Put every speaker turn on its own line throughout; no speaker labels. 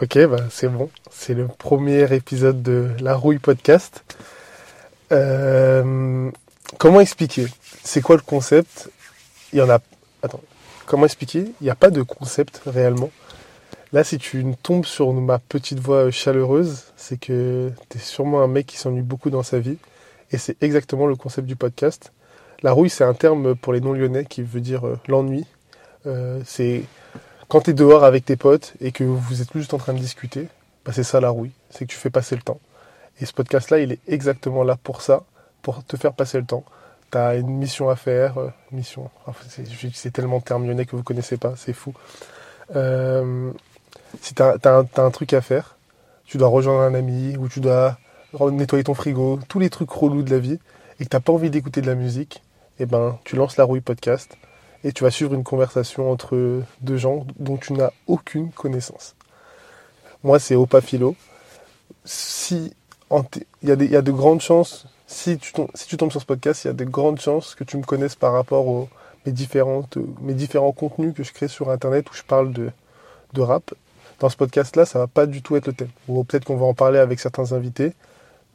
Ok, bah c'est bon. C'est le premier épisode de La Rouille Podcast. Euh, comment expliquer C'est quoi le concept Il y en a. Attends. Comment expliquer Il n'y a pas de concept réellement. Là, si tu tombes sur ma petite voix chaleureuse, c'est que t'es sûrement un mec qui s'ennuie beaucoup dans sa vie. Et c'est exactement le concept du podcast. La rouille, c'est un terme pour les non-lyonnais qui veut dire euh, l'ennui. Euh, c'est quand tu es dehors avec tes potes et que vous êtes juste en train de discuter, bah c'est ça la rouille, c'est que tu fais passer le temps. Et ce podcast-là, il est exactement là pour ça, pour te faire passer le temps. Tu as une mission à faire, euh, mission, ah, c'est- j'ai- c'est tellement de termes lyonnais que vous connaissez pas, c'est fou. Euh, si tu as, un truc à faire, tu dois rejoindre un ami ou tu dois re- nettoyer ton frigo, tous les trucs relous de la vie, et que t'as pas envie d'écouter de la musique, eh ben, tu lances la rouille podcast et tu vas suivre une conversation entre deux gens dont tu n'as aucune connaissance. Moi, c'est Opa Philo. Si en t- il y, a des- il y a de grandes chances, si tu, tom- si tu tombes sur ce podcast, il y a de grandes chances que tu me connaisses par rapport aux mes, différentes, mes différents contenus que je crée sur Internet où je parle de, de rap. Dans ce podcast-là, ça va pas du tout être le thème. Ou peut-être qu'on va en parler avec certains invités,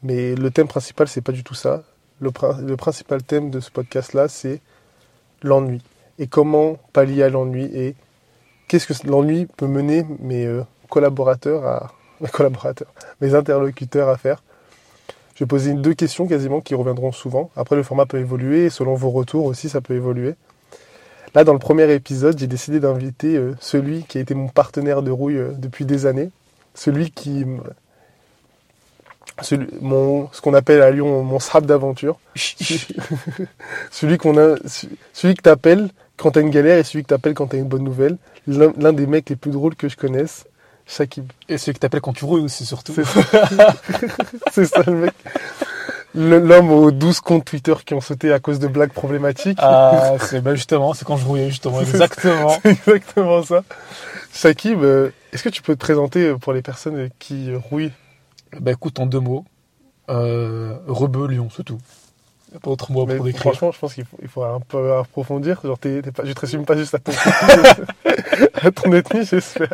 mais le thème principal, c'est pas du tout ça. Le, prin- le principal thème de ce podcast-là, c'est l'ennui et comment pallier à l'ennui et qu'est-ce que l'ennui peut mener mes euh, collaborateurs à mes collaborateurs, mes interlocuteurs à faire. Je vais poser une- deux questions quasiment qui reviendront souvent. Après, le format peut évoluer et selon vos retours aussi, ça peut évoluer. Là, dans le premier épisode, j'ai décidé d'inviter euh, celui qui a été mon partenaire de rouille euh, depuis des années, celui qui m- celui- mon, ce qu'on appelle à Lyon mon srap d'aventure, celui qu'on a, celui que t'appelles quand t'as une galère et celui que t'appelles quand t'as une bonne nouvelle. L'un l'un des mecs les plus drôles que je connaisse, Shakib.
Et ceux que t'appelles quand tu rouilles aussi, surtout.
C'est ça. C'est ça le mec. Le- L'homme aux 12 comptes Twitter qui ont sauté à cause de blagues problématiques.
Ah, c'est bah, justement, c'est quand je rouillais, justement,
C'est-
exactement.
C'est exactement ça. Shakib, euh, est-ce que tu peux te présenter euh, pour les personnes euh, qui euh, rouillent
bah écoute, en deux mots, euh, rebellion, c'est tout. Y a Pas autre mot
Mais
pour décrire.
Franchement, je pense qu'il faut, il faudra un peu approfondir. Genre, t'es, t'es pas, je te résume pas juste à ton, à ton ethnie, j'espère.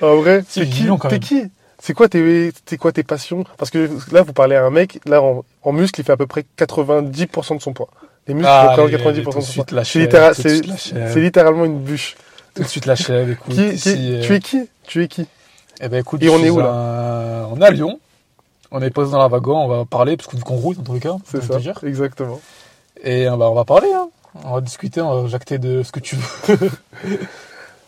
en vrai,
Si,
t'es
j'ai
qui,
dit non, quand
t'es
même.
qui C'est quoi tes, c'est quoi tes passions Parce que là, vous parlez à un mec, là, en, en muscle, il fait à peu près 90% de son poids. Les muscles représentent 90%
mais
de
Ah, tout de
son poids.
suite la
C'est,
chèvre,
littéra-
tout de
c'est-
suite la chèvre.
c'est littéralement une bûche.
Tout de suite la chèvre, écoute.
Qui, qui-
si, euh,
Tu es qui Tu es qui
Eh ben écoute,
Et
je
on est
suis
où, là
un- On est à Lyon. On est posé dans la wagon, on va parler, parce que vu qu'on roule, dans tous les cas,
C'est
autant
ça.
te dire.
Exactement.
Et euh, bah, on va parler, hein. On va discuter, on va jacter de ce que tu veux.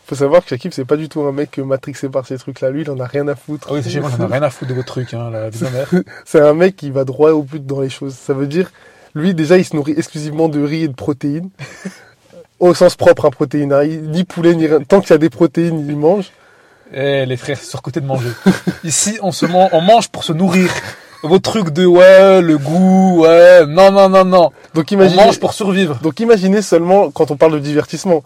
Faut savoir que Shakib, c'est pas du tout un mec matrixé par ces trucs-là. Lui, il en a rien à foutre.
Ah oui, sachez, moi, j'en ai rien à foutre de votre truc, hein, la vie de ma mère.
C'est un mec qui va droit au but dans les choses. Ça veut dire, lui, déjà, il se nourrit exclusivement de riz et de protéines. au sens propre, un protéine. hein. Il- Ni poulet, ni rien. Tant qu'il y a des protéines, il mange.
Eh les frères, c'est surcoté de manger. Ici, on se man- on mange pour se nourrir. Vos trucs de ouais, le goût, ouais, non, non, non, non.
Donc
On
imaginez,
mange pour survivre.
donc imaginez seulement quand on parle de divertissement.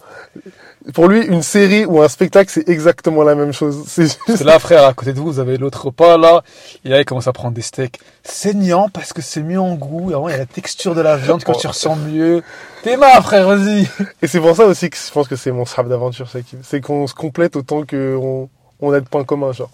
Pour lui, une série ou un spectacle, c'est exactement la même chose. C'est
Parce
juste.
que là, frère, à côté de vous, vous avez l'autre repas, là. Et là, il commence à prendre des steaks saignants parce que c'est mieux en goût. Avant, il y a la texture de la viande que
Oh.
tu ressens mieux. T'es marre, frère, vas-y.
Et c'est pour ça aussi que je pense que c'est mon strap d'aventure, ça, qui- c'est qu'on se complète autant qu'on on a de points communs, genre.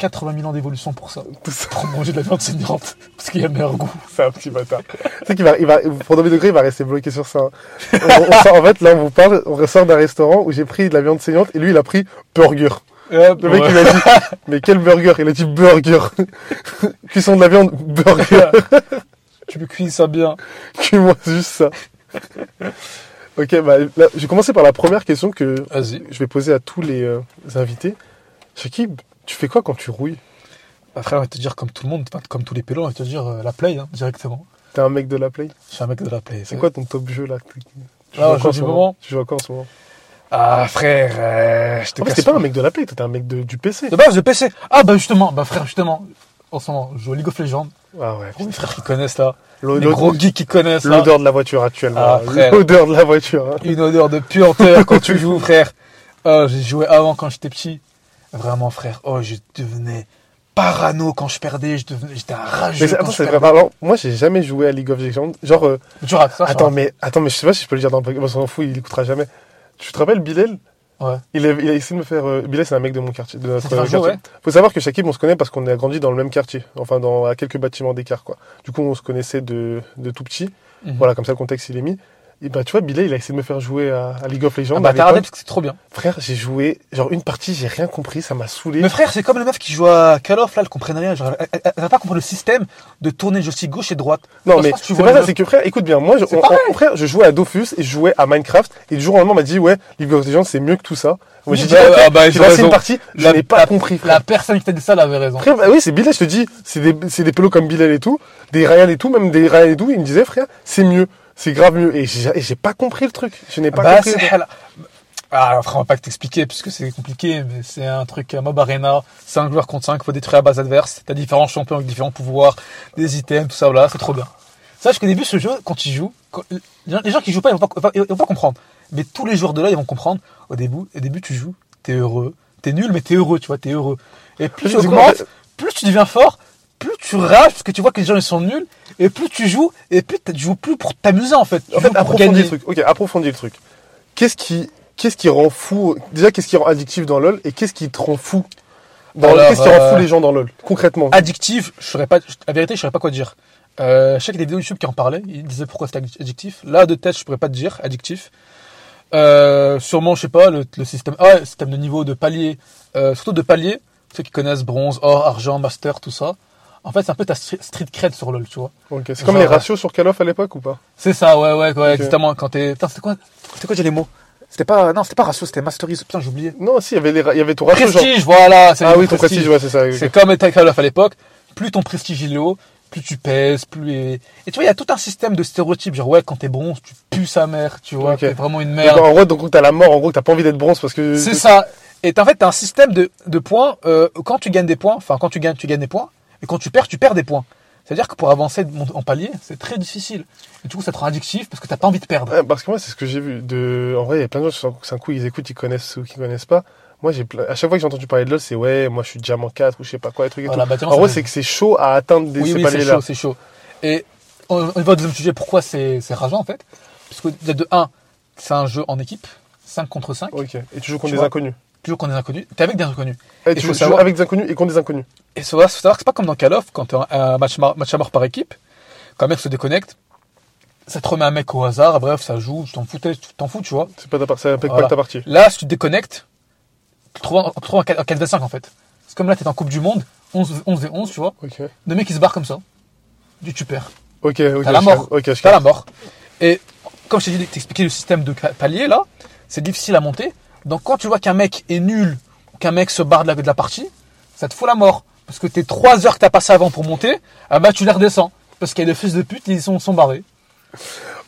80 000 ans d'évolution pour ça.
Tout ça.
Pour manger de la viande saignante. Parce qu'il y a le meilleur goût.
C'est un petit bâtard. tu sais qu'il va, il va, pour Domé Degré, il va rester bloqué sur ça. hein. On- on sort- en fait, là, on vous parle, on ressort d'un restaurant où j'ai pris de la viande saignante et lui, il a pris burger.
Hop,
Le mec, il a dit, mais quel burger Il a dit burger. Cuisson de la viande, burger.
ouais. tu me cuis ça bien.
Cuis-moi juste ça. ok, bah, là, j'ai commencé par la première question que
Vas-y.
je vais poser à tous les euh, invités. Shakib, tu fais quoi quand tu rouilles
Bah, frère, on va te dire comme tout le monde, enfin, comme tous les pélos, on va te dire euh, la play, hein, directement.
T'es un mec de la play
Je suis un mec de la play.
C'est quoi ton top jeu là tu
Ah,
joues à quoi
au
en
jeu
ce
du
moment
moment
Tu joues à quoi en ce moment
Ah frère, euh, je te
En fait,
casse
t'es Ah, pas un mec de la play, t'es un mec de- du PC.
De base, de PC. Ah bah justement, bah frère, justement. En ce moment, je joue à League of Legends.
Ah ouais.
Pour mes frères qui connaissent là.
L'o-
Les
l'o-
gros geeks qui connaissent là.
L'odeur de la voiture actuellement.
Ah, frère.
L'odeur de la voiture. hein.
Une odeur de puanteur quand tu joues, frère. Oh, j'ai joué avant quand j'étais petit. Vraiment, frère. Oh, je devenais parano quand je perdais. Je devenais- J'étais un rageux.
Mais c'est-
quand
attends,
je
c'est
perdais.
vrai. Alors, moi, j'ai jamais joué à League of Legends. Genre, euh,
Tu rates Ah, ça, tu
attends,
rates.
mais attends, mais je sais pas si je peux le dire dans le podcast. On s'en fout, il écoutera jamais. Tu te rappelles Bilal
Ouais. Ah,
Il a, il a essayé de me faire. euh, Bilal, c'est un mec de mon quartier, de notre
Ça fait un
quartier.
jour, ouais.
Faut savoir que Shakib, on se connaît parce qu'on a grandi dans le même quartier, enfin dans à quelques bâtiments d'écart, quoi. Du coup, on se connaissait de, de tout petit.
Mhm.
Voilà, comme ça, le contexte il est mis. Et bah, tu vois, Bilal, il a essayé de me faire jouer à, à League of Legends.
Ah bah
à
t'as regardé
l'époque.
parce que c'est trop bien.
Frère, j'ai joué genre une partie, j'ai rien compris, ça m'a saoulé.
Mais frère, c'est comme les meufs qui jouent à Call of, là, elles comprennent rien. Genre, elles, elles- elles vont pas comprendre le système de tourner le joystick gauche et droite.
Non
Parce
mais
que tu
c'est
vois
pas
le
ça,
jeu.
c'est que frère, écoute bien, moi je,
C'est
on-
pareil.
on- frère, je jouais à Dofus et je jouais à Minecraft et du jour au lendemain on m'a dit ouais, League of Legends c'est mieux que tout ça. Moi j'ai dit
Bah,
ok,
ah bah, ils
j'ai
ont
passé
raison.
une partie, je
La-
n'ai pas compris frère.
La personne qui t'a dit ça, elle avait raison.
Frère, bah oui, c'est Bilal, je te dis, c'est des, c'est des pelots comme Bilal et tout, des Ryan et tout, même des Ryan et tout, il me disait frère, c'est mieux, c'est grave mieux et j'ai et j'ai pas compris le truc. Je n'ai pas
Bah,
compris.
c'est halal. Ah, alors, frère, on va pas t'expliquer puisque c'est compliqué, mais c'est un truc à Mob Arena, 5 joueurs contre 5, faut détruire la base adverse, t'as différents champions avec différents pouvoirs, des items, tout ça, voilà, c'est trop bien. Sache qu'au début, ce jeu, quand tu joues, quand- les gens- les gens qui jouent pas, ils vont pas, ils vont pas comprendre. Mais tous les joueurs de là, ils vont comprendre. Au début, au début tu joues, t'es heureux, t'es nul, mais t'es heureux, tu vois, t'es heureux. Et plus tu
Du coup,
augmentes,
en fait-
plus tu deviens fort, plus tu rages parce que tu vois que les gens ils sont nuls, et plus tu joues, et plus t'as- tu joues plus pour t'amuser en fait. Tu
En fait,
joues pour
approfondis
gagner.
le truc. Ok, approfondis le truc. Qu'est-ce qui, qu'est-ce qui rend fou Déjà, qu'est-ce qui rend addictif dans LoL et qu'est-ce qui te rend fou dans
Alors,
Qu'est-ce qui rend
euh,
fou les gens dans LoL concrètement
addictif, je saurais pas, la vérité, je saurais pas quoi dire. Euh, je sais qu'il y a des vidéos YouTube qui en parlaient, ils disaient pourquoi c'était addi- addictif. Là, de tête, je pourrais pas te dire, addictif. Euh, sûrement, je sais pas, le, le système, ah, ouais, le système de niveau, de palier, euh, surtout de palier, ceux qui connaissent bronze, or, argent, master, tout ça. En fait, c'est un peu ta stri- street cred sur LoL, tu vois.
Ok, C'est comme
genre,
les ratios sur Call of à l'époque ou pas
C'est ça, ouais, ouais, ouais,
Ok.
exactement. Quand t'es, putain, c'était quoi, c'était quoi, j'ai les mots? C'était pas, non, c'était pas ratio, c'était masterise, putain, j'ai oublié.
Non, si, il y avait, les ra- il y avait ton ratio. genre-
Prestige, voilà, c'est
Ah
le
oui, ton prestige, ouais, c'est ça. ok.
C'est comme Metal Call of à l'époque. Plus ton prestige il est haut, plus tu pèses, plus. Et tu vois, il y a tout un système de stéréotypes. Genre, ouais, quand t'es bronze, tu pues sa mère, tu vois,
Ok.
t'es vraiment une
Donc,
merde.
en gros, donc t'as la mort, en gros, t'as pas envie d'être bronze parce que.
C'est ça. Et t'as- en fait, t'as un système de, de points. euh, quand tu gagnes des points, enfin, quand tu gagnes, tu gagnes des points. Et quand tu perds, tu perds des points. C'est-à-dire que pour avancer de mon- en palier, c'est très difficile. Et du coup, ça te rend addictif parce que t'as pas envie de perdre.
Ouais, parce que moi, c'est ce que j'ai vu. De... En vrai, il y a plein de gens qui, c'est un coup, ils écoutent, ils connaissent ou qui connaissent pas. Moi, j'ai plein- à chaque fois que j'ai entendu parler de LoL, c'est ouais, moi je suis diamant 4 ou je sais pas quoi, les trucs et
Voilà,
tout.
bah, tu vois,
en
ça
gros,
fait-
c'est que c'est chaud à atteindre des,
Oui,
ces
oui, c'est
paliers-là.
chaud, c'est chaud. Et on, on va au deuxième sujet, pourquoi c'est c'est rageant en fait Parce que déjà, de 1, c'est un jeu en équipe, 5 contre 5.
Ok. Et tu joues contre
Tu
des
vois.
inconnus.
Tu joues contre des inconnus, t'es avec des inconnus.
Eh,
Et
tu
faut
joues, tu joues
savoir-
avec des inconnus et contre des inconnus.
Et il faut savoir que c'est pas comme dans Call of, quand t'es un- un match, mar- match à mort par équipe, quand un mec se déconnecte, ça te remet un mec au hasard, bref, ça joue, tu t'en foutais, tu t'en fous, tu vois.
C'est pas ta part- ça impacte
Voilà.
pas ta partie.
Là, si tu te déconnectes, tu te trouves en- tu te trouves en 4 4 5 en fait. C'est comme là, t'es en Coupe du Monde, 11, 11 et 11, tu vois.
Ok.
Le mec, il se barre comme ça. Tu, tu perds.
Ok, ok.
T'as la
je-
mort.
Ok, je
T'as la mort. Et comme je t'ai dit, t'expliquer le système de ca- palier là, c'est difficile à monter. Donc quand tu vois qu'un mec est nul, qu'un mec se barre de la, de la partie, ça te fout la mort. Parce que tes trois heures que t'as passé avant pour monter, ah bah tu les redescends. Parce qu'il y a des fils de pute, ils sont, sont barrés.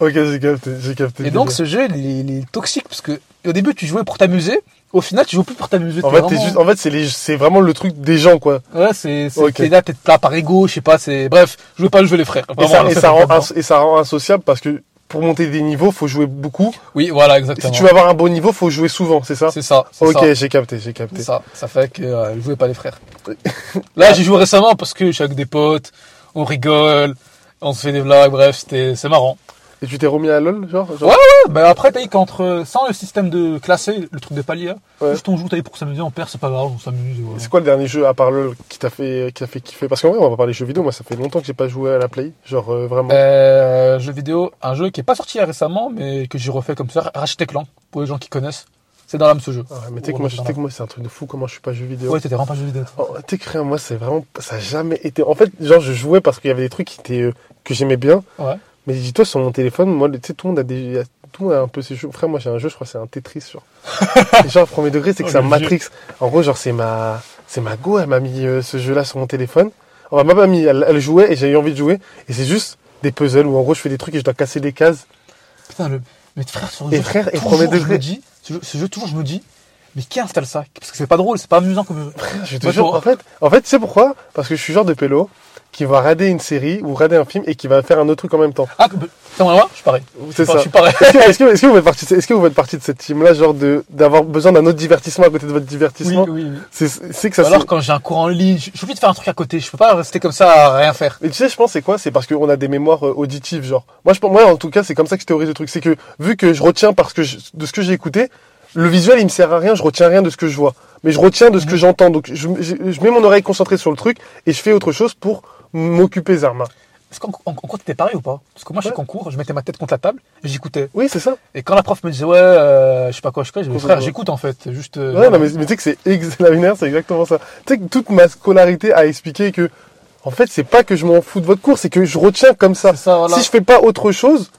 Ok, j'ai capté, j'ai capté.
Et donc ce jeu, il, est- il est toxique. Parce que au début, tu jouais pour t'amuser. Au final, tu joues plus pour t'amuser.
En
t'es
fait, t'es
vraiment-
juste, en fait, c'est les, c'est vraiment le truc des gens, quoi.
Ouais, c'est. c'est-
Ok.
T'es là, t'es là par ego, je sais pas, c'est. Bref, je veux pas le jeu, les frères.
Et
Vraiment,
ça,
là,
et
ça
ça
fait
rend,
pas de
ins- et ça rend insociable parce que pour monter des niveaux, faut jouer beaucoup.
sens. Oui, voilà,
Et
exactement.
si tu veux avoir un bon niveau, faut jouer souvent, c'est ça?
C'est ça. c'est ça.
Ok, j'ai capté, j'ai
C'est
capté.
ça, ça fait que euh, je jouais pas les frères. Là, j'ai joué récemment parce que je suis avec des potes, on rigole, on se fait des blagues, bref, c'était, c'est marrant.
Et tu t'es remis à LoL, genre? genre
Ouais, Ouais, bah après, t'as dit qu'entre, euh, sans le système de classer, le truc de palier, là,
Ouais.
juste on joue, t'as dit pour s'amuser, on perd, c'est pas grave, on s'amuse. et voilà.
C'est quoi le dernier jeu à part LoL qui t'a fait, qui t'a fait kiffer? Parce qu'en vrai, on va parler jeux vidéo. Moi, ça fait longtemps que j'ai pas joué à la Play. Genre, euh, vraiment.
Euh, jeu vidéo, un jeu qui est pas sorti récemment, mais que j'ai refait comme ça, Ratchet Clan, pour les gens qui connaissent. C'est dans l'âme ce jeu.
Ah, mais tu sais que
ouais,
moi, je-
dans
t'sais que moi, c'est un truc de fou comment je suis pas jeu vidéo.
Ouais, t'étais vraiment pas jeu vidéo. toi.
Oh, t'es créé, moi, c'est vraiment, ça a jamais été. En fait, genre, je jouais parce qu'il y avait des trucs qui étaient, euh, que j'aimais bien.
Ouais.
Mais dis-toi, sur mon téléphone, moi, tu sais, tout le monde a des, y a- tout le monde a un peu ses jeux. Frère, moi, j'ai un jeu, je crois, c'est un Tetris, genre. Et genre, premier degré, c'est que
Oh,
c'est un
le
Matrix. En gros, genre, c'est ma, c'est ma go, elle m'a mis euh, ce jeu-là sur mon téléphone. Enfin, ma mamie, elle, elle jouait et j'ai eu envie de jouer. Et c'est juste des puzzles où, en gros, je fais des trucs et je dois casser des cases.
Putain, le... mais frère, sur le
Et
jeu,
frère, et
toujours,
premier
je
degré.
me dis, ce jeu, ce jeu, toujours, je me dis, mais qui installe ça Parce que c'est pas drôle, c'est pas amusant comme jeu.
Je te
Moi,
jure,
j'aurais-
en fait, en fait, tu sais pourquoi? Parce que je suis genre de pélo qui va rader une série ou rader un film et qui va faire un autre truc en même temps.
Ah, que- putain, on va voir Je suis pareil.
C'est
Enfin,
ça.
Je suis pareil.
Est-ce que, est-ce que- est-ce que vous faites partie, de- est-ce que vous faites partie de cette team-là, genre de d'avoir besoin d'un autre divertissement à côté de votre
Oui,
divertissement
oui, oui.
C'est c'est que ça.
Alors
se-
quand j'ai un cours en ligne, je je suis obligé de faire un truc à côté. Je peux pas rester comme ça à rien faire.
Mais tu sais, je pense c'est quoi C'est parce qu'on a des mémoires euh, auditives, genre. Moi, je pense, moi, en tout cas, c'est comme ça que je théorise le truc. C'est que vu que je retiens parce que je- de ce que j'ai écouté, le visuel, il me sert à rien, je retiens rien de ce que je vois. Mais je retiens de
Mhm.
ce que j'entends. Donc, je, je- je mets mon oreille concentrée sur le truc et je fais autre chose pour m'occuper Zarma.
Est-ce qu'en en, en cours, t'étais pareil ou pas Parce que moi, je suis
Ouais.
en cours, je mettais ma tête contre la table, et j'écoutais.
Oui, c'est ça.
Et quand la prof me disait, ouais, euh, je sais pas quoi, je fais, je dis,
Concentre-toi.
frère, j'écoute en fait. Juste. euh,
Ouais, non, mais, mais tu sais que c'est ex- la lumière, c'est exactement ça. Tu sais que toute ma scolarité a expliqué que, en fait, c'est pas que je m'en fous de votre cours, c'est que je retiens comme ça.
c'est ça, voilà.
Si je fais pas autre chose,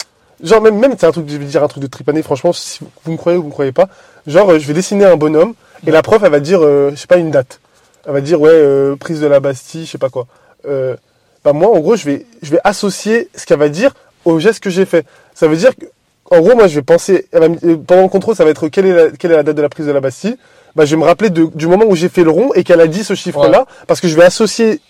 genre même, même c'est un truc, je vais dire un truc de tripané, franchement, si vous me croyez ou vous me croyez pas, genre euh, je vais dessiner un bonhomme et la prof elle va dire, euh, je sais pas, une date. Elle va dire, ouais, euh, prise de la Bastille, je sais pas quoi. Euh, bah moi, en gros, je vais, je vais associer ce qu'elle va dire au geste que j'ai fait. Ça veut dire que, en gros, moi, je vais penser, elle va me- euh, pendant le contrôle, ça va être quelle est, la, quelle est la date de la prise de la Bastille. Bah, je vais me rappeler de- du moment où j'ai fait le rond et qu'elle a dit ce chiffre-là, parce que je vais associer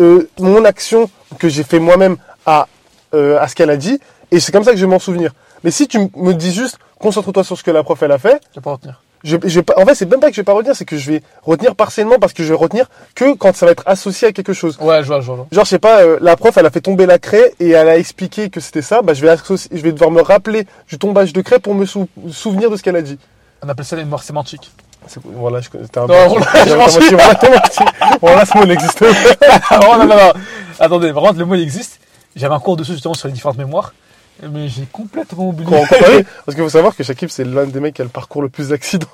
euh, mon action que j'ai fait moi-même à, euh, à ce qu'elle a dit, et c'est comme ça que je vais m'en souvenir. Mais si tu m- me dis juste, concentre-toi sur ce que la prof elle a fait,
Je vais pas retenir.
je, je vais pas- en fait, c'est même pas que je vais pas retenir, c'est que je vais retenir partiellement parce que je vais retenir que quand ça va être associé à quelque chose.
Ouais, je vois, je vois. je vois.
Genre, je sais pas, euh, la prof, elle a fait tomber la craie et elle a expliqué que c'était ça. Bah, je vais, associer- je vais devoir me rappeler du tombage de craie pour me sou- souvenir de ce qu'elle a dit.
On appelle ça la mémoire sémantique.
C'est- Voilà, je t'as un
Non, on l'a- je m'en suis-
Voilà, voilà, ce mot n'existe pas.
Ah, non, non, non, non. Attendez, vraiment, le mot il existe. J'avais un cours dessus justement sur les différentes mémoires, mais j'ai complètement oublié.
Pour en comparer, Parce qu'il faut savoir que Shakib, c'est l'un des mecs qui a le parcours le plus d'accidents.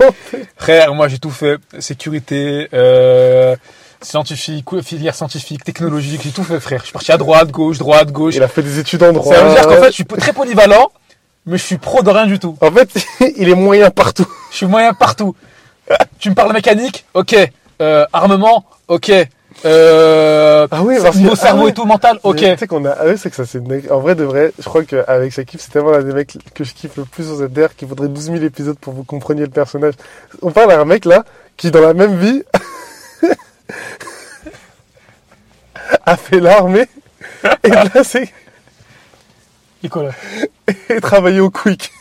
Frère, moi j'ai tout fait. Sécurité, euh, scientifique, ou- filière scientifique, technologique, j'ai tout fait, frère. Je suis parti à droite, gauche, droite, gauche.
Il a fait des études en droit.
Ça veut dire qu'en fait, je suis très polyvalent, mais je suis pro de rien du tout.
En fait, il est moyen partout.
Je suis moyen partout. tu me parles mécanique Ok. Euh, armement Ok. Euh,
Ah oui, parce que-
mon
ah
cerveau
oui.
et tout, mental Ok.
Mais Tu sais qu'on a. Ah oui, c'est que ça, c'est. une- En vrai, de vrai, je crois qu'avec Shakib, c'est tellement l'un des mecs que je kiffe le plus sur cette DR qu'il faudrait 12 000 épisodes pour que vous compreniez le personnage. On parle à un mec là, qui dans la même vie. a fait l'armée. Et là, c'est.
Nicolas.
Et travaillé au quick.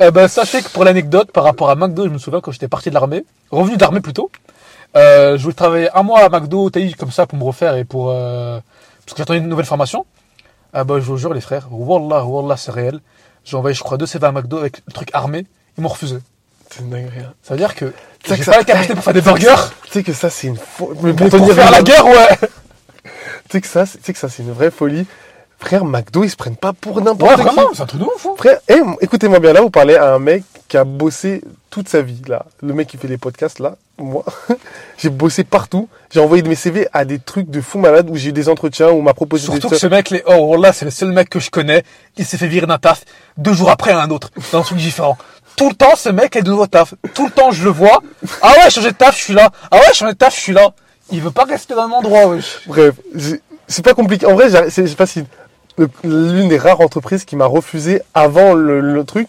Eh ben, sachez que pour l'anecdote, par rapport à McDo, je me souviens quand j'étais parti de l'armée, revenu d'armée plutôt, euh, je voulais travailler un mois à McDo, TI, comme ça, pour me refaire et pour. euh, parce que j'attendais une nouvelle formation. Ah ben, je vous jure, les frères, Wallah, Wallah, c'est réel. J'ai envoyé, je crois, deux CV à McDo avec le truc armé, ils m'ont refusé.
C'est une dinguerie. hein.
Ça veut dire que.
Ça
J'ai
que
pas
ça-
la capacité pour faire des burgers,
Tu sais que ça, c'est une. fo- Mais
mais pour
tenir
faire
une-
la guerre, ouais!
Tu sais que ça, c'est- tu sais que ça, c'est une vraie folie. Frère, McDo, ils se prennent pas pour n'importe
Ouais,
qui.
vraiment, c'est un truc de ouf, hein.
Frère, eh, m- écoutez-moi bien, là, vous parlez à un mec qui a bossé toute sa vie, là. Le mec qui fait les podcasts, là, moi. j'ai bossé partout. J'ai envoyé de mes CV à des trucs de fou malade où j'ai eu des entretiens, où on m'a proposé
Surtout que
des
ce mec, les... oh Wallah, c'est le seul mec que je connais, il s'est fait virer d'un taf deux jours après à un autre, dans un truc différent. Tout le temps, ce mec est de nouveau taf. Tout le temps, je le vois. Ah ouais, changer de taf, je suis là. Ah ouais, changer de taf, je suis là. Il veut pas rester dans un endroit, wesh.
Bref, j'ai- c'est pas compliqué. En vrai, j'arri- c'est c'est facile. Le- L'une des rares entreprises qui m'a refusé avant le, le truc,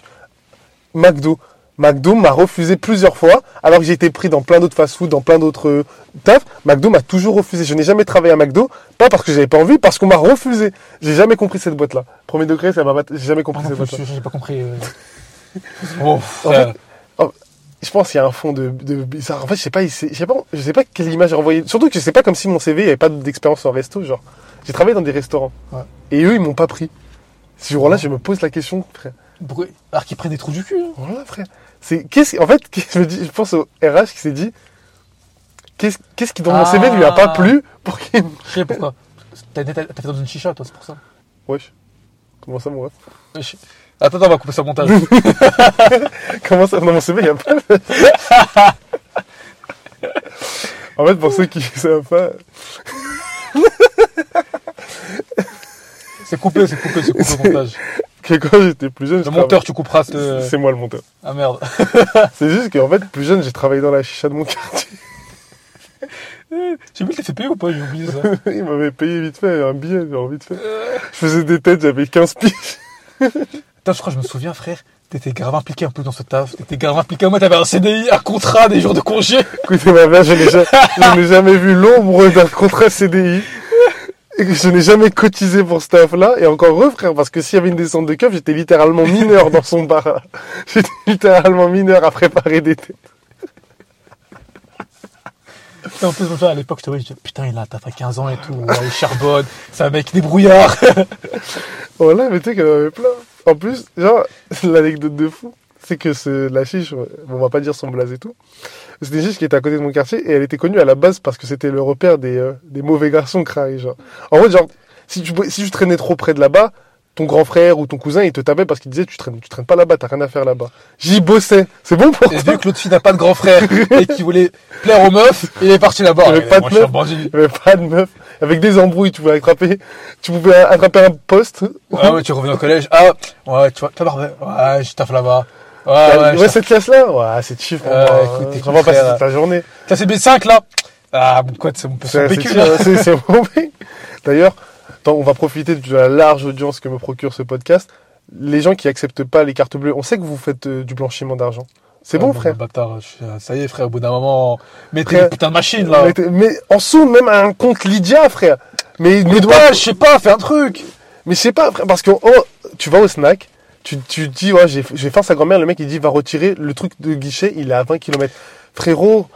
McDo. McDo m'a refusé plusieurs fois, alors que j'ai été pris dans plein d'autres fast-food, dans plein d'autres euh, taf. McDo m'a toujours refusé. Je n'ai jamais travaillé à McDo, pas parce que j'avais pas envie, parce qu'on m'a refusé. J'ai jamais compris cette boîte-là. Premier degré, ça m'a pas- j'ai jamais
Ah
compris
non,
cette
plus,
boîte-là.
j'ai j'ai pas compris. euh. Oh,
En
frère.
fait, en- je pense qu'il y a un fond de, de bizarre. En fait, je sais pas, il s'est- je sais pas, je sais pas quelle image envoyer. Surtout que je sais pas comme si mon CV il y avait pas d'expérience en resto, genre. J'ai travaillé dans des restaurants.
Ouais.
Et eux, ils m'ont pas pris. Ce jour-là, je me pose la question, frère.
Pourquoi- Alors qu'il prennent des trous du cul. hein.
Voilà, frère. C'est, qu'est-ce, en fait, qu'est-ce que je me dis, je pense au RH qui s'est dit, qu'est-ce, qu'est-ce qui dans mon CV lui a pas
Ah.
plu pour qu'il me...
Je sais pourquoi. T'as t'as- t'as fait dans une chicha, toi, c'est pour ça.
Wesh. Comment ça, mon ref
Wesh. Attends, attends, on va couper ça au montage.
Comment ça Dans mon CV, il n'y a pas. en fait, pour ceux qui savent pas,
C'est coupé, c'est coupé, c'est coupé au montage.
que quand j'étais plus jeune, je
Le
travaillais-
monteur, tu couperas ce.
C'est moi le monteur.
Ah merde.
C'est juste qu'en fait, plus jeune, j'ai travaillé dans la chicha de mon quartier.
J'ai vu le payer ou pas J'ai oublié ça.
Il m'avait payé vite fait, un billet, genre vite fait. Je faisais des têtes, j'avais 15 piges.
Putain, je crois que je me souviens, frère, t'étais grave impliqué un peu dans ce taf. T'étais grave impliqué. Moi, t'avais un CDI, un contrat, des jours de congé.
Écoutez, ma mère, je n'ai ja- je n'ai jamais vu l'ombre d'un contrat CDI. Et que je n'ai jamais cotisé pour ce taf-là. Et encore heureux, frère, parce que s'il y avait une descente de keuf, j'étais littéralement mineur dans son bar. J'étais littéralement mineur à préparer des têtes.
Putain, en plus, je me souviens, à l'époque, je te voyais, je disais, putain, il a un taf à 15 ans et tout. Ouais, il charbonne. C'est un mec débrouillard.
Voilà, mais Oh, tu sais qu'il y en avait plein. En plus, genre, l'anecdote de fou, c'est que ce, la chiche, bon, on va pas dire son blaze et tout, c'était une chiche qui était à côté de mon quartier et elle était connue à la base parce que c'était le repère des, euh, des mauvais garçons craïs, genre. En fait, genre, si tu, si tu traînais trop près de là-bas, ton grand frère ou ton cousin, il te tapait parce qu'il disait tu traînes, tu traînes pas là-bas, t'as rien à faire là-bas. J'y bossais, c'est bon pour
Et
toi.
vu que l'autre fille n'a pas de grand frère et qu'il voulait plaire aux meufs, il est parti là-bas.
Il y avait
Et
pas
moi,
de
je suis un
meuf.
bandit.
Il y avait pas de meuf. Avec des embrouilles, tu pouvais attraper, tu pouvais attraper un poste.
Ah ouais, tu revenais au collège. Ah, ouais, tu vois, t'as barbé. Ouais, je taffe là-bas. Ouais,
Ouais,
Ah ouais, je taffe.
cette classe-là, ouais, c'est chill pour
Euh,
moi.
écoute,
hein.
t'es
J'en vois
confrère,
passer toute la journée.
T'as ces B5 là. Ah, bon, quoi, c'est mon peu
C'est
son
c'est
PQ
chill,
là.
hein, c'est- c'est bon. mais- D'ailleurs, attends, on va profiter de la large audience que me procure ce podcast. Les gens qui acceptent pas les cartes bleues, on sait que vous faites euh, du blanchiment d'argent. C'est bon,
Ah,
frère.
bâtard, je suis- ça y est, frère, au bout d'un moment, mettez
Frère,
les putains de machines là.
Mais, mais en sous, même à un compte Lydia, frère. Mais, mais,
Mais
dois-
toi, je sais pas, fais un truc.
mais je sais pas, frère, parce que oh, tu vas au snack, tu, tu dis, ouais, j'ai j'ai faim sa grand-mère, le mec il dit, va retirer le truc de guichet, il est à 20 km. Frérot,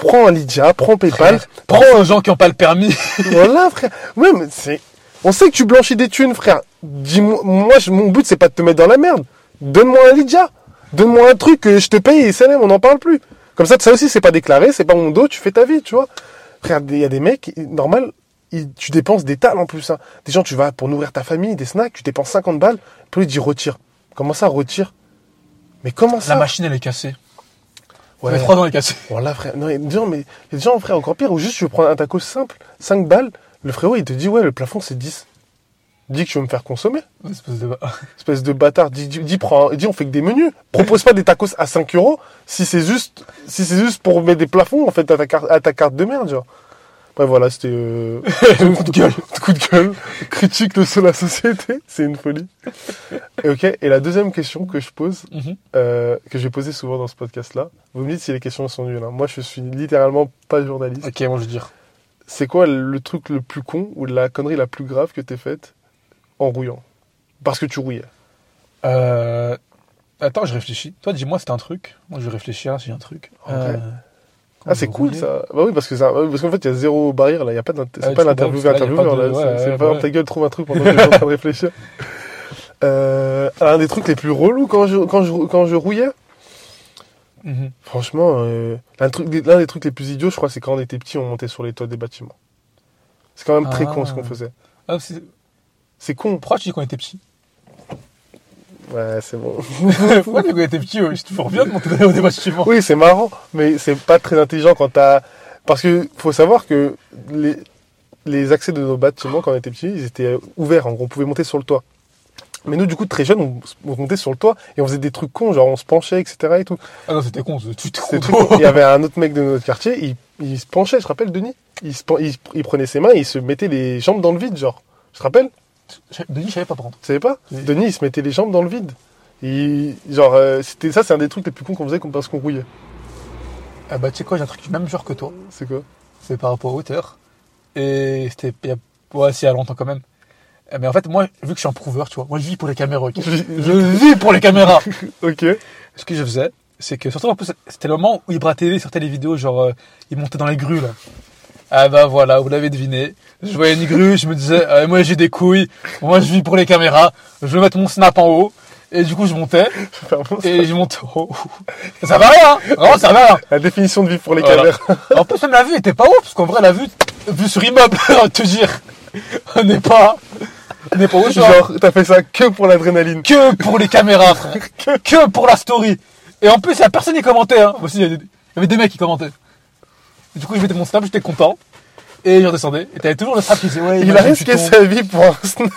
prends un Lydia, prends PayPal,
Frère, Prends aux gens qui ont pas le permis.
voilà, frère. Ouais, mais c'est. On sait que tu blanchis des thunes, frère. Dis-moi, moi, je- mon but, c'est pas de te mettre dans la merde. Donne-moi un Lydia. Donne-moi un truc que je te paye et c'est même, on n'en parle plus. Comme ça, ça aussi, c'est pas déclaré, c'est pas mon dos, tu fais ta vie, tu vois. Frère, il y a des mecs, normal, ils- tu dépenses des talents en plus. hein. Des gens, tu vas pour nourrir ta famille, des snacks, tu dépenses 50 balles, puis il dit retire. Comment ça, retire Mais comment ça
La machine, elle est cassée.
Ouais.
Les trois dents est cassée.
Voilà, frère. Non, mais, non, mais il y a des gens, frère, encore pire, où juste tu veux prendre un taco simple, 5 balles, le frérot, il te dit, ouais, le plafond, c'est 10. Dis que tu veux me faire consommer.
Espèce de-
Espèce de bâtard. Dis, dis, dis, prends- dis, on fait que des menus. Propose pas des tacos à 5 euros si c'est juste, si c'est juste pour mettre des plafonds, en fait, à ta carte, à ta carte de merde, genre. Bref, voilà, c'était, euh,
coup de gueule.
coup de gueule. Critique de sur la société. C'est une folie. Et ok. Et la deuxième question que je pose,
Mhm.
euh, que j'ai posée souvent dans ce podcast-là, vous me dites si les questions sont nulles. hein. Moi, je suis littéralement pas journaliste.
Ok, moi je veux dire.
C'est quoi le truc le plus con ou la connerie la plus grave que t'aies faite en rouillant Parce que tu rouillais.
Euh... Attends, je réfléchis. Toi, dis-moi, c'est un truc. Moi, je vais réfléchir si j'ai un truc. Euh,
Ok.
quand
Ah, c'est
je
cool
roulais-
ça. Bah oui, parce que ça, parce qu'en fait, il y a zéro barrière là. Il y a pas d'inter-
Ah,
c'est
tu
pas
comprends,
l'interview
parce que là, y a
vers
pas de-
l'intervieweur, là.
ouais,
C'est-
ouais,
C'est pas
ouais.
ta gueule, trouve un truc pendant que je suis en train de réfléchir. Euh, un des trucs les plus relous quand je, quand je, quand je rouillais,
Mhm.
Franchement, euh, l'un truc- l'un des trucs les plus idiots, je crois, c'est quand on était petit, on montait sur les toits des bâtiments. C'est quand même très
Ah.
con ce qu'on faisait.
Ah, c'est-
C'est con.
Pourquoi tu dis qu'on était petit
Ouais, c'est bon.
Pourquoi tu dis qu'on était petit ouais, C'est toujours bien de monter dans des bâtiments.
oui, c'est marrant, mais c'est pas très intelligent quand t'as. Parce que faut savoir que les, les accès de nos bâtiments, quand on était petit, ils étaient ouverts. En gros, on pouvait monter sur le toit. Mais nous, du coup, très jeunes, on, on montait sur le toit et on faisait des trucs cons, genre on se penchait, etc. Et tout.
Ah non, c'était con, c'était- tu te
C'est
trompes.
tout. Il y avait un autre mec de notre quartier, il, il se penchait, je te rappelle, Denis. Il, se pen- il, il prenait ses mains et il se mettait les jambes dans le vide, genre. Je te rappelle
Denis, je savais pas prendre.
Tu savais pas
Oui.
Denis, il se mettait les jambes dans le vide. Il, genre, euh, c'était ça, c'est un des trucs les plus cons qu'on faisait qu'on- parce qu'on rouillait.
Ah bah, tu sais quoi, j'ai un truc du même genre que toi.
C'est quoi
C'est par rapport à hauteur. Et c'était il y a... Ouais, c'est il y a longtemps quand même. Euh, Mais en fait, moi, vu que je suis un prouveur, tu vois, moi je vis pour les caméras. ok je vis pour les caméras.
Ok.
Ce que je faisais, c'est que surtout en plus, c'était le moment où Ibra TV sortait les vidéos, genre euh, il montait dans les grues là. Ah bah voilà, vous l'avez deviné. Je voyais une grue, je me disais, euh, moi j'ai des couilles, moi je vis pour les caméras, je vais mettre mon snap en haut. Et du coup, je montais,
Vraiment,
et je montais en haut. Ça va rien, hein Vraiment, ça va rien.
La définition de vie pour les
Voilà.
caméras.
En plus, même la vue était pas haute, parce qu'en vrai, la vue, vue sur immeuble, à te dire, on n'est pas, on n'est pas au genre.
Genre, t'as fait ça que pour l'adrénaline.
que pour les caméras, frère. que, que pour la story. Et en plus, la personne qui commentait. Hein. Moi aussi, il y avait des- il y avait des mecs qui commentaient. Et du coup, je mettais mon snap, j'étais content. Et je redescendais. Et t'avais toujours le snap qui disait, ouais,
Il a
imagine, tu
risqué
tombes.
sa vie pour un snack.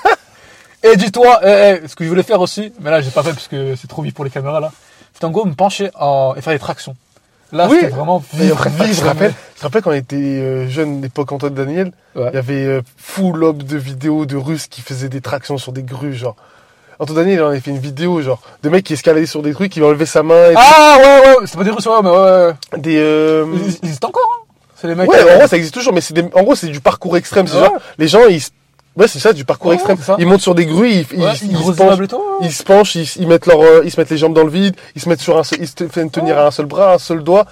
Et dis-toi, eh, eh, ce que je voulais faire aussi, mais là, j'ai pas fait parce que c'est trop vite pour les caméras, là. C'était en gros me pencher en... et faire des tractions. Là,
Oui.
c'était vraiment vivre, vivre.
je te rappelle, je te rappelle quand on était euh, jeune, l'époque Antoine Daniel,
Ouais.
Il y avait euh, full lob de vidéos de Russes qui faisaient des tractions sur des grues, genre. Antoine Daniel, il en avait fait une vidéo, genre, de mec qui escaladait sur des trucs, qui enlevait sa main, et
Ah, ouais, ouais, c'est pas des Russes, ouais, mais ouais, ouais.
des... euh,
Ils ils existent encore, hein. C'est les mecs.
Ouais, en
euh,
gros, ça existe toujours, mais c'est des... en gros, c'est du parcours extrême, c'est
Ah Ouais. Ah
genre, les gens, ils... se- Ouais, c'est ça, du parcours
Ouais,
extrême.
c'est ça.
Ils montent sur des grues, ils, ils-
ouais,
ils
ils
se
grosses
penchent,
immeubles et tout, ouais.
ils se penchent, ils, ils mettent leur, euh, ils se mettent les jambes dans le vide, ils se mettent sur un seul, ils se te- font tenir à un seul bras, un seul doigt.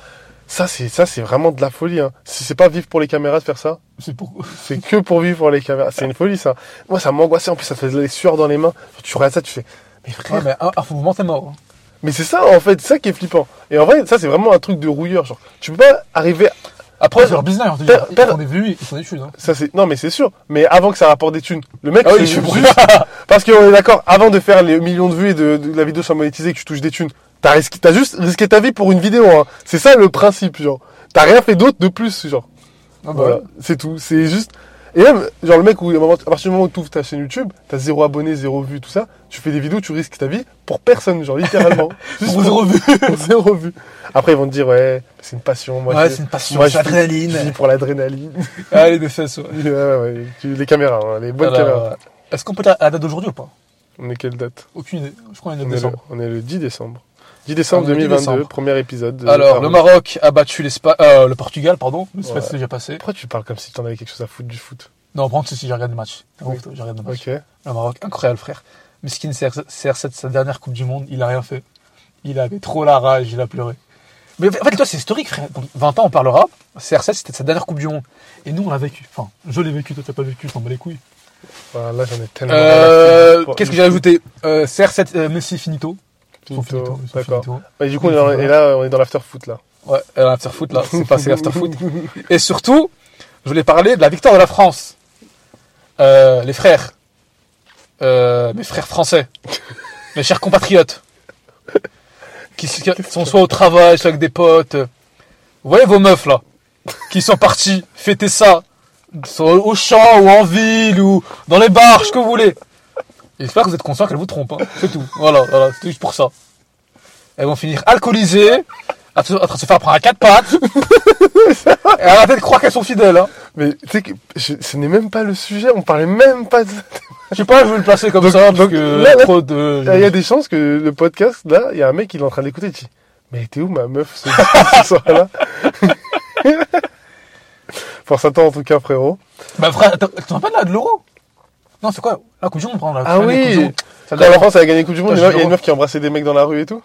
Ça, c'est, ça, c'est vraiment de la folie, hein. Si c'est pas vivre pour les caméras de faire ça.
C'est pour...
C'est que pour vivre pour les caméras. C'est une folie, ça. Moi, ça m'angoissait. En plus, ça te faisait les sueurs dans les mains. Tu regardes ça, tu fais, Mais frère,
Ouais, mais un, un faux mouvement, t'es mort. hein.
mais c'est ça en fait, c'est ça qui est flippant. Et en vrai, ça c'est vraiment un truc de rouilleur. Genre, tu peux pas arriver.
Après, c'est leur business, hein, on te dit.
Per-
Ils
per-
font des vues, ils font des choses. Hein.
Ça c'est non, mais c'est sûr. Mais avant que ça rapporte des thunes, le mec.
Ah oui,
c'est
je suis
juste- Parce qu'on est d'accord, avant de faire les millions de vues et de, de la vidéo soit monétisée, que tu touches des thunes, t'as risqué, t'as juste risqué ta vie pour une vidéo. hein. C'est ça le principe, genre. T'as rien fait d'autre de plus, genre.
Ah bah
Voilà,
ouais.
c'est tout. C'est juste. Et même, genre, le mec, où, à un moment- à partir du moment où tu ouvres ta chaîne YouTube, t'as zéro abonné, zéro vue, tout ça, tu fais des vidéos, tu risques ta vie pour personne, genre, littéralement. Juste
Pour zéro vue.
pour zéro vue. Après, ils vont te dire, ouais, c'est une passion, moi,
Ouais,
je,
c'est une passion,
moi,
c'est
je vis-
l'adrénaline.
je vis pour l'adrénaline.
Allez, des fesses, ouais.
Ouais, ouais, tu- les caméras, hein, les bonnes
Alors,
caméras.
euh, Est-ce qu'on peut dire à la date d'aujourd'hui ou pas
On est quelle date
Aucune idée. Je crois qu'on est le
on
9
est, le,
décembre. Ah,
on est le 10 décembre. 10 décembre
On est le 10
2022,
décembre.
premier épisode. de
Alors, le
Arnaud.
Maroc a battu l'Espagne, euh, le Portugal, pardon. L'Espagne,
Ouais.
c'est déjà passé.
Pourquoi tu parles comme si t'en avais quelque chose à foutre du foot
Non, par contre, si, si, j'ai regardé le match.
Oui.
J'ai regardé le match.
Ok.
Le Maroc, incroyable, frère. Miskin CR7, CR7, sa dernière Coupe du Monde, il a rien fait. Il avait trop la rage, il a pleuré. Mais en fait, toi, c'est historique, frère. Dans 20 ans, on parlera. CR7, c'était sa dernière Coupe du Monde. Et nous, on l'a vécu. Enfin, je l'ai vécu, toi, t'as pas vécu, t'en bats les couilles.
Voilà, là, j'en ai tellement. rien à
Euh,
foutre.
Qu'est-ce que j'ai ajouté euh, CR7, euh, Messi, finito. Ils sont
Finito,
ils sont
D'accord.
finito.
Et du coup, on est dans- et là, on est dans l'afterfoot, là.
Ouais, euh, l'afterfoot, là, c'est passé l'afterfoot. Et surtout, je voulais parler de la victoire de la France. Euh, les frères. Euh, mes frères français. mes chers compatriotes. Qui, s- qui sont soit au travail, soit avec des potes. Vous voyez vos meufs, là. Qui sont partis fêter ça. Sont au champ, ou en ville, ou dans les bars, ce que vous voulez. Et J'espère que vous êtes conscients qu'elles vous trompent. hein. C'est tout. Voilà, voilà, c'est juste pour ça. Elles vont finir alcoolisées, à se, Ah, en train de se faire prendre à quatre pattes. et à la tête croire qu'elles sont fidèles. Hein.
Mais tu sais que je- ce n'est même pas le sujet, on parlait même pas de ça.
Je sais pas, je vais le placer comme
Donc-
ça, parce
donc,
que
là, là,
trop de...
Il y a des chances que le podcast, là, il y a un mec qui est en train d'écouter, il dit Mais t'es où ma meuf ce, ce soir-là Force à toi, en tout cas, frérot.
Bah frère, attends, tu te rappelles là de l'euro Non, c'est quoi La Coupe du Monde, prend la
Ah
la
oui.
Coupe du Monde. Ça
Quand
doit
la
avoir-
France a gagné la Coupe du Monde, il y
Putain,
a
je
il y a une
le
meuf qui embrassait des mecs dans la rue et tout.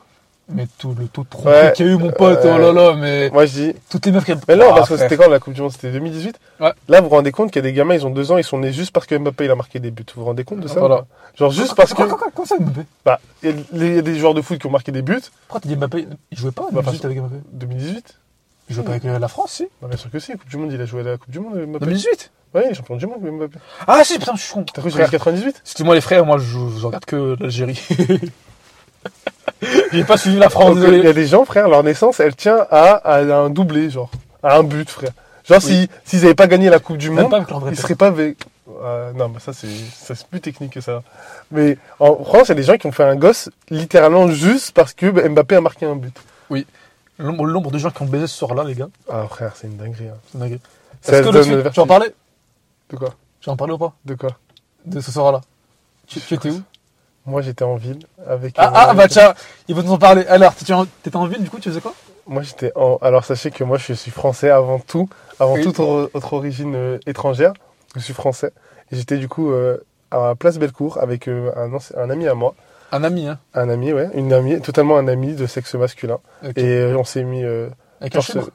Mais tout le taux de tromperie
Ouais.
qu'il y a eu, mon pote,
Euh,
oh là là, mais...
Moi, je dis
Toutes les meufs qui...
Mais non,
Ah,
parce que
frère.
c'était quand la Coupe du Monde C'était 2018
Ouais.
Là, vous vous rendez compte qu'il y a des gamins, ils ont deux ans, ils sont nés juste parce que Mbappé, il a marqué des buts. Vous vous rendez compte de ça
Voilà.
ou pas Genre juste parce que...
Quoi, quoi, quoi, Comment ça, Mbappé
Bah, il y a des joueurs de foot qui ont marqué des buts.
Pourquoi t'as dit Mbappé Il jouait pas,
Bah,
Mbappé,
parce-
juste avec Mbappé
2018
Il jouait pas avec euh, la France, si
Bah, bien sûr que si, Coupe du Monde, il a joué à la Coupe du Monde, Mbappé.
2018
Ouais, il est champion du monde, Mbappé.
Ah si, putain, je suis con.
T'as cru que
Frère,
c'était 98
Excusez-moi les frères, moi je, je regarde que l'Algérie. J'ai pas suivi la France,
Donc, euh, Il y
désolé.
a des gens, frère, leur naissance, elle tient à, à un doublé, genre. À un but, frère. Genre, si s'ils n'avaient pas gagné la Coupe du
Même
Monde,
pas avec leur vrai
Ils
père.
seraient pas avec. Euh, non, mais ça c'est ça, c'est plus technique que ça. Mais en France, il y a des gens qui ont fait un gosse littéralement juste parce que bah, Mbappé a marqué un but.
Le nombre, le nombre de gens qui ont baisé ce soir-là, les gars,
Ah frère, c'est une dinguerie. Hein.
c'est dingue.
Ça
Est-ce que
donne
le
le
suite, tu
vertige.
en parlais
De quoi
Tu en parlais ou pas
De quoi
De ce soir-là tu, tu étais où
Moi j'étais en ville avec.
ah,
euh,
ah, bah tiens, ils vont nous en parler. Alors, t'étais en, t'étais en ville du coup, tu faisais quoi
Moi j'étais en. Alors sachez que moi je suis français avant tout, avant
Oui.
toute or- autre origine euh, étrangère. Je suis français. Et j'étais du coup euh, à Place Bellecour avec euh, un, anci- un ami à moi.
Un ami, hein.
Un ami, ouais, une amie, totalement un ami de sexe masculin.
Ok.
Et euh, on s'est mis. euh,
Avec un
torse-
chibre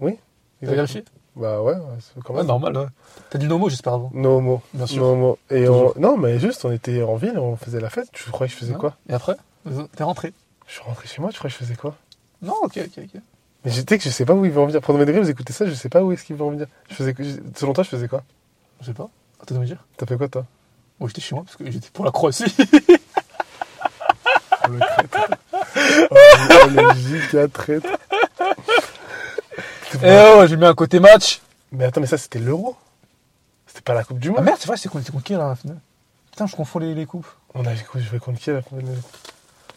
Oui
T'as vérifié
Bah ouais, ouais, c'est quand
Ouais,
même.
normal, ouais. T'as dit nos mots juste par avant.
No homo.
Ah, Bien sûr.
No homo. Et on...
Toujours.
Non, mais juste, on était en ville, on faisait la fête. Tu croyais que je faisais
Hein
quoi
Et après T'es rentré
Je suis rentré chez moi, tu croyais que je faisais quoi
Non, ok, ok, ok.
Mais j'étais que je sais pas où il veut en venir. Pour mes dérives, vous écoutez ça, je sais pas où est-ce qu'il veut en venir. Je faisais... je- Selon toi, je faisais quoi
Je sais pas. Attends de me dire
T'as fait quoi, toi
Moi j'étais chez moi parce que j'étais pour la Croatie.
Oh, le traître. Oh, le giga traître.
Eh ouais, j'ai mis un côté match.
Mais attends, mais ça, c'était l'euro C'était pas la Coupe du
Ah
Monde
merde, c'est vrai, c'est con, c'est con qui là la finale Putain, je confonds les, les coupes.
On a je vais contre qui à la Coupe du Monde
Ah,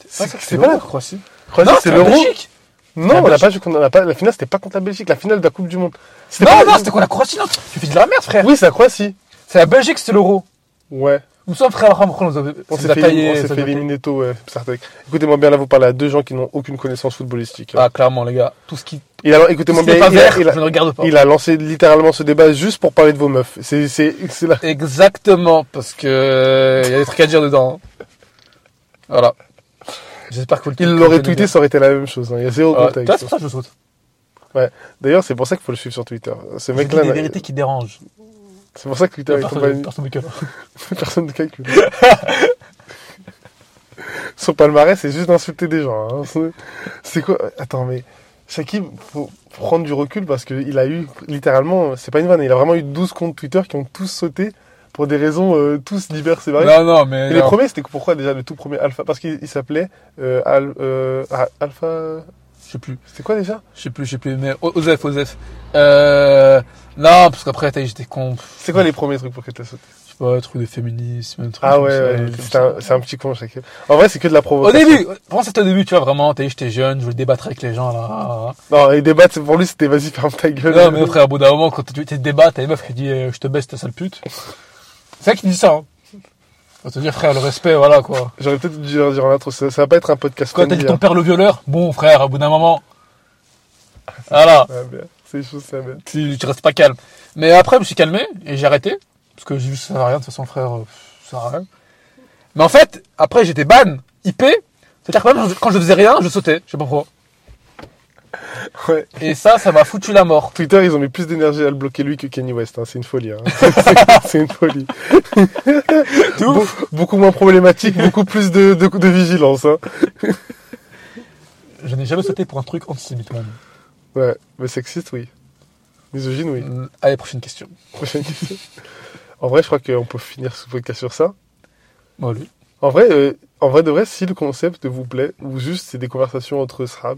C'est
ça,
c'est pas la
l'euro.
Croatie.
Non,
Croatie,
c'est
c'est
la
l'euro
Belgique La
Non, on a pas
Belgique.
joué contre- on a pas- la finale, c'était pas contre la Belgique. La finale de la Coupe du Monde. C'était
Non,
pas-
non, c'était quoi la Croatie Non, tu fais de la merde, frère
Oui, c'est la Croatie.
C'est la Belgique, c'est l'euro.
Ouais.
Nous sommes frères, après, on nous a,
On
on
s'est
nous a
fait,
taillés,
on s'est
ça nous
fait
a taillés.
éliminer tôt, ouais, Sartek. Écoutez-moi bien, là, vous parlez à deux gens qui n'ont aucune connaissance footballistique. hein.
Ah, clairement, les gars, tout ce qui tout
Il a,
ce
écoutez-moi
qui
bien,
n'est pas
il a-
vert,
il a-
je ne regarde pas.
il a lancé littéralement ce débat juste pour parler de vos meufs. C'est, c'est, c'est là.
Exactement, parce que euh, il y a des trucs à dire dedans. Voilà. J'espère que vous le
Il l'aurait tweeté, ça aurait été la même chose. hein. Il y a zéro
Ah, tu vois,
contexte.
c'est pour ça que je saute.
D'ailleurs, c'est pour ça qu'il faut le suivre sur Twitter. Ce
Je dis
mec-là,
des
là,
vérités qui dérangent.
c'est pour ça que Twitter est
Personne
compagnie.
personne ne calme.
Personne ne calcule. Son palmarès, c'est juste d'insulter des gens. hein. C'est quoi Attends, mais Shakib, faut prendre du recul parce qu'il a eu littéralement, c'est pas une vanne, il a vraiment eu 12 comptes Twitter qui ont tous sauté pour des raisons euh, tous diverses et variées.
Non, non, mais.
Et les
non.
premiers, c'était pourquoi déjà le tout premier Alpha Parce qu'il il s'appelait euh, Al- euh, ah, Alpha.
Je sais plus.
C'était quoi déjà
Je sais plus, je sais plus. Mais O- Osef, Osef. Euh. Non, parce qu'après, t'as dit, j'étais con. Pff,
C'est quoi les premiers trucs pour que tu sauté
Je sais pas, un truc de féminisme, un truc.
Ah
comme
ouais,
ça,
ouais,
comme
c'est
ça.
un, c'est un petit con Shakib. En vrai, c'est que de la
Au
provocation.
début, pense c'était au début, tu vois, vraiment, t'as dit, j'étais jeune, je voulais débattre avec les gens, là.
Non, et débattre, pour lui, c'était vas-y, ferme ta gueule.
Non, mais après, au bout d'un moment, quand tu tu te débats, t'as les meufs qui disent, euh, je te baisse ta sale pute. C'est elle qui dit ça, hein. On te dire, frère, le respect, voilà, quoi.
J'aurais peut-être dû leur dire en intro, ça, ça va pas être un podcast
Quand t'as dit
friendly,
ton père le violeur, bon, frère, au bout d'un moment. Voilà.
hein. Ah, bien. C'est chaud, ça, bien.
tu, tu restes pas calme. Mais après, je me suis calmé et j'ai arrêté. Parce que j'ai vu que ça sert à rien, de toute façon, le frère, euh, ça sert à rien. Mais en fait, après, j'étais ban, IP. C'est-à-dire que même quand je faisais rien, je sautais. Je sais pas pourquoi.
Ouais.
Et ça, ça m'a foutu la mort.
Twitter, ils ont mis plus d'énergie à le bloquer lui que Kanye West. hein. C'est une folie. hein. C'est- c'est une folie.
De ouf.
Be- beaucoup moins problématique, beaucoup plus de, de, de vigilance. Hein.
Je n'ai jamais sauté pour un truc antisémite, même.
Ouais, mais sexiste, oui. Misogyne, oui.
Mm, Allez, prochaine question.
Prochaine question. En vrai, je crois qu'on peut finir ce podcast sur ça.
Bon, allez.
En vrai, euh, en vrai de vrai, si le concept vous plaît, ou juste c'est des conversations entre srab,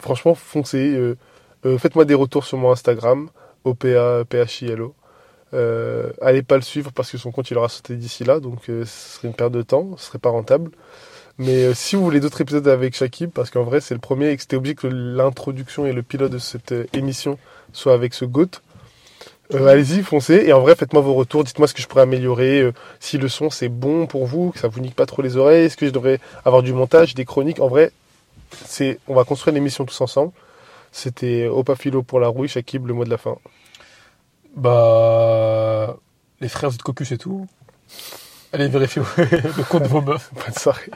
franchement, foncez. euh, euh, Faites-moi des retours sur mon Instagram, OPA, PHILO. Euh, allez pas le suivre parce que son compte il aura sauté d'ici là, donc euh, ce serait une perte de temps, ce serait pas rentable. Mais euh, si vous voulez d'autres épisodes avec Shakib, parce qu'en vrai c'est le premier et que c'était obligé que l'introduction et le pilote de cette euh, émission soient avec ce GOAT, euh, allez-y, foncez. Et en vrai, faites-moi vos retours, dites-moi ce que je pourrais améliorer, euh, si le son c'est bon pour vous, que ça vous nique pas trop les oreilles, est-ce que je devrais avoir du montage, des chroniques. En vrai, c'est, on va construire l'émission tous ensemble. C'était Opa Philo pour la rouille, Shakib, le mot de la fin.
Bah. Les frères, vous êtes cocus et tout. Allez, vérifier le compte de vos meufs.
Bonne soirée.